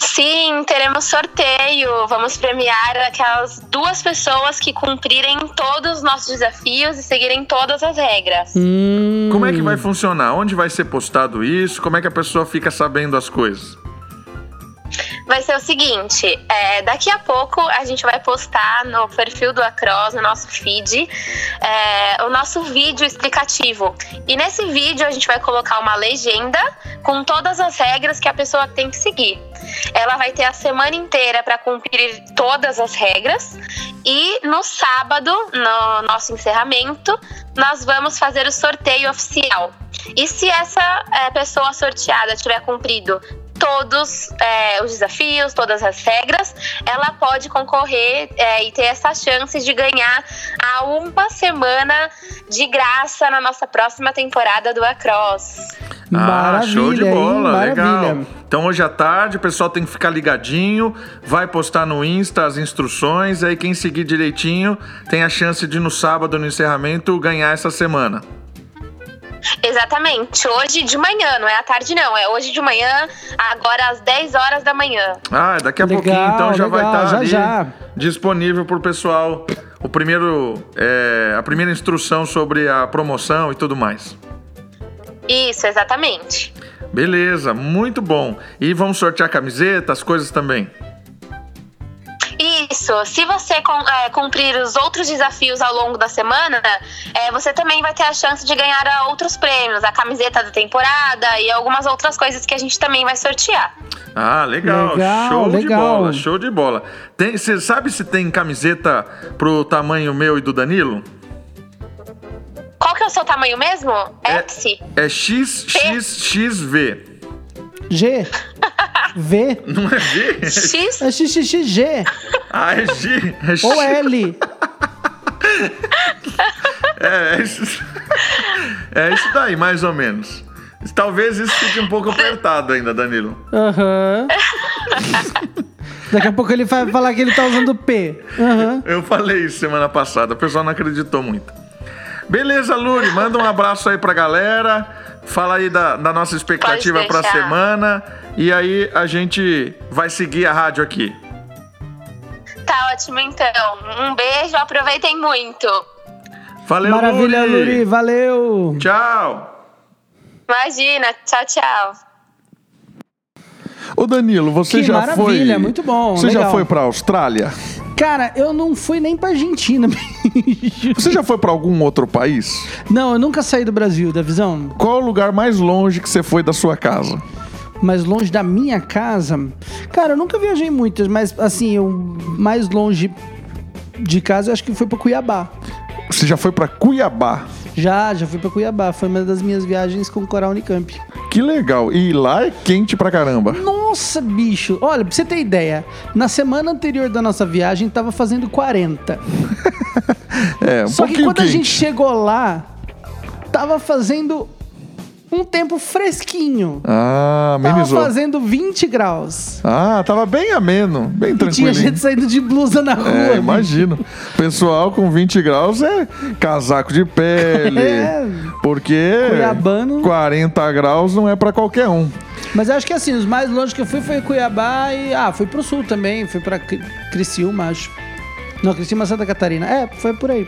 S6: Sim, teremos sorteio. Vamos premiar aquelas duas pessoas que cumprirem todos os nossos desafios e seguirem todas as regras.
S2: Hum.
S1: Como é que vai funcionar? Onde vai ser postado isso? Como é que a pessoa fica sabendo as coisas?
S6: Vai ser o seguinte: é, daqui a pouco a gente vai postar no perfil do Across, no nosso feed, é, o nosso vídeo explicativo. E nesse vídeo a gente vai colocar uma legenda com todas as regras que a pessoa tem que seguir. Ela vai ter a semana inteira para cumprir todas as regras. E no sábado, no nosso encerramento, nós vamos fazer o sorteio oficial. E se essa é, pessoa sorteada tiver cumprido todos é, os desafios, todas as regras, ela pode concorrer é, e ter essa chance de ganhar a uma semana de graça na nossa próxima temporada do Across.
S1: ah, show de
S2: hein?
S1: bola, legal.
S2: Maravilha.
S1: Então hoje à tarde o pessoal tem que ficar ligadinho, vai postar no Insta as instruções, aí quem seguir direitinho tem a chance de no sábado, no encerramento, ganhar essa semana.
S6: Exatamente, hoje de manhã, não é à tarde não, é hoje de manhã, agora às 10 horas da manhã.
S1: Ah, daqui a
S2: Legal,
S1: pouquinho então já
S2: legal,
S1: vai estar
S2: já,
S1: ali
S2: já.
S1: disponível pro pessoal o primeiro, é, a primeira instrução sobre a promoção e tudo mais.
S6: Isso, exatamente.
S1: Beleza, muito bom. E vamos sortear camiseta, as coisas também.
S6: Isso, se você com- é, cumprir os outros desafios ao longo da semana, é, você também vai ter a chance de ganhar ah, outros prêmios, a camiseta da temporada e algumas outras coisas que a gente também vai sortear.
S1: Ah, legal,
S2: Legal,
S1: show de
S2: legal.
S1: bola, show de bola. Tem, você sabe se tem camiseta pro tamanho meu e do Danilo?
S6: Qual que é o seu tamanho mesmo? S?
S1: É XXXV.
S2: G. V.
S1: Não é V?
S6: X?
S2: É XXXG.
S1: Ah, é G. É X.
S2: Ou L.
S1: É, é isso, é isso daí, mais ou menos. Talvez isso fique um pouco apertado ainda, Danilo.
S2: Aham. Daqui a pouco ele vai falar que ele tá usando P. Aham.
S1: Eu falei isso semana passada, o pessoal não acreditou muito. Beleza, Luri, manda um abraço aí pra galera. Fala aí da, da nossa expectativa
S6: Pode
S1: pra
S6: deixar.
S1: semana. E aí a gente vai seguir a rádio aqui.
S6: Tá ótimo então. Um beijo, aproveitem muito.
S1: Valeu,
S2: Maravilha,
S1: Luri.
S2: Luri. Valeu.
S1: Tchau.
S6: Imagina, tchau, tchau.
S1: Ô Danilo, você
S2: Que já maravilha, foi- muito bom, você já legal. foi
S1: pra Austrália?
S2: Cara, eu não fui nem pra Argentina. bicho.
S1: Você já foi para algum outro país?
S2: não, eu nunca saí do Brasil, da visão.
S1: Qual é o lugar mais longe que você foi da sua casa?
S2: Mas longe da minha casa. Cara, eu nunca viajei muitas, mas assim, eu mais longe de casa eu acho que foi pra Cuiabá.
S1: Você já foi pra Cuiabá.
S2: Já, já fui pra Cuiabá. Foi uma das minhas viagens com o Coral Unicamp.
S1: Que legal. E lá é quente pra caramba.
S2: Nossa, bicho! Olha, pra você ter ideia, na semana anterior da nossa viagem tava fazendo 40.
S1: É, um
S2: Só que
S1: pouquinho
S2: quando a
S1: quente.
S2: gente chegou lá, tava fazendo um tempo fresquinho.
S1: Ah,
S2: Tava
S1: amenizou.
S2: fazendo 20 graus.
S1: Ah, tava bem ameno, bem
S2: E tinha
S1: tranquilo.
S2: gente saindo de blusa na rua. né?
S1: É,
S2: bicho.
S1: imagino. Pessoal com 20 graus é casaco de pele.
S2: É.
S1: Porque
S2: Cuiabano.
S1: 40 graus não é pra qualquer um.
S2: Mas acho que assim, os mais longe que eu fui foi Cuiabá e. Ah, fui pro sul também, fui pra Cri- Criciúma, acho. Não, Criciúma Santa Catarina. É, foi por aí.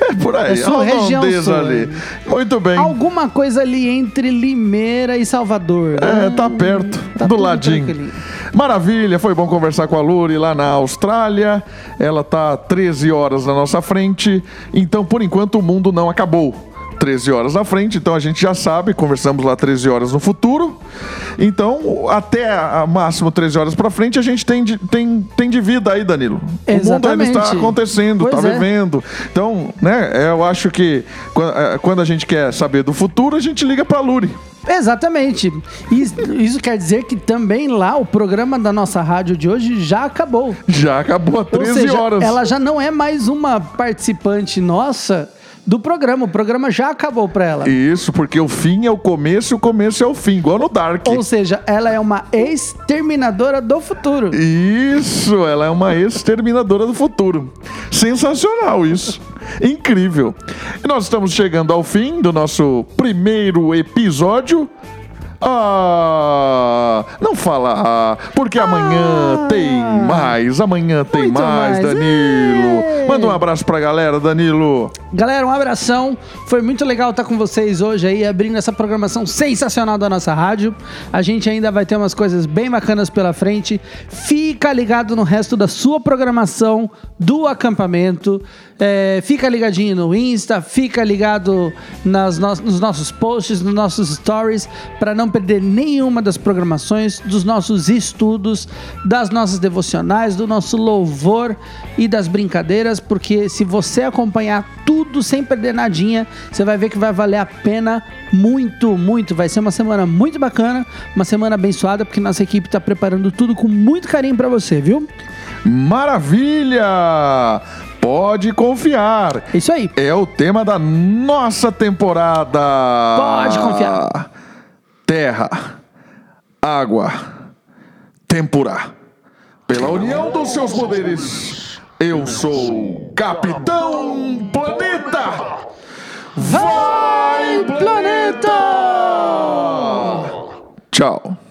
S1: É por aí.
S2: Eu sou
S1: a
S2: região
S1: holandesa
S2: sul.
S1: ali. Muito bem.
S2: Alguma coisa ali entre Limeira e Salvador.
S1: É,
S2: Hum,
S1: tá perto,
S2: tá
S1: do
S2: tudo
S1: ladinho.
S2: tranquilinho.
S1: Maravilha, foi bom conversar com a Luri lá na Austrália. Ela tá 13 horas na nossa frente, então por enquanto o mundo não acabou. 13 horas na frente, então a gente já sabe, conversamos lá 13 horas no futuro. Então, até a a máximo 13 horas pra frente, a gente tem de, tem, tem de vida aí, Danilo. O mundo ainda está
S2: Exatamente.
S1: acontecendo,
S2: Pois
S1: tá
S2: é.
S1: vivendo vendo. Então, né, eu acho que quan- eh, quando a gente quer saber do futuro, a gente liga pra Luri.
S2: Exatamente. Isso, isso quer dizer que também lá o programa da nossa rádio de hoje já acabou.
S1: Já acabou há
S2: Ou
S1: 13
S2: seja,
S1: horas.
S2: ela já não é mais uma participante nossa do programa. O programa já acabou pra ela.
S1: Isso, porque o fim é o começo e o começo é o fim, igual no Dark.
S2: Ou seja, ela é uma exterminadora do futuro.
S1: Isso, ela é uma exterminadora do futuro. Sensacional isso. Incrível. E nós estamos chegando ao fim do nosso primeiro episódio. Ah, não fala, ah, porque amanhã tem mais, amanhã tem
S2: Muito
S1: mais,
S2: mais.
S1: Danilo.
S2: Ei.
S1: Manda um abraço pra galera, Danilo.
S2: Galera, um abração. Foi muito legal estar com vocês hoje aí, abrindo essa programação sensacional da nossa rádio. A gente ainda vai ter umas coisas bem bacanas pela frente. Fica ligado no resto da sua programação do acampamento. É, fica ligadinho no Insta, fica ligado nas no- nos nossos posts, nos nossos stories, para não perder nenhuma das programações, dos nossos estudos, das nossas devocionais, do nosso louvor e das brincadeiras, porque se você acompanhar tudo sem perder nadinha, você vai ver que vai valer a pena muito, muito. Vai ser uma semana muito bacana, uma semana abençoada, porque nossa equipe está preparando tudo com muito carinho para você, viu?
S1: Maravilha! Pode confiar.
S2: É isso aí.
S1: É o tema da nossa temporada.
S2: Pode confiar.
S1: Terra, água, tempura. Pela união dos seus poderes, eu sou o Capitão Planeta. Vai, Planeta! Tchau.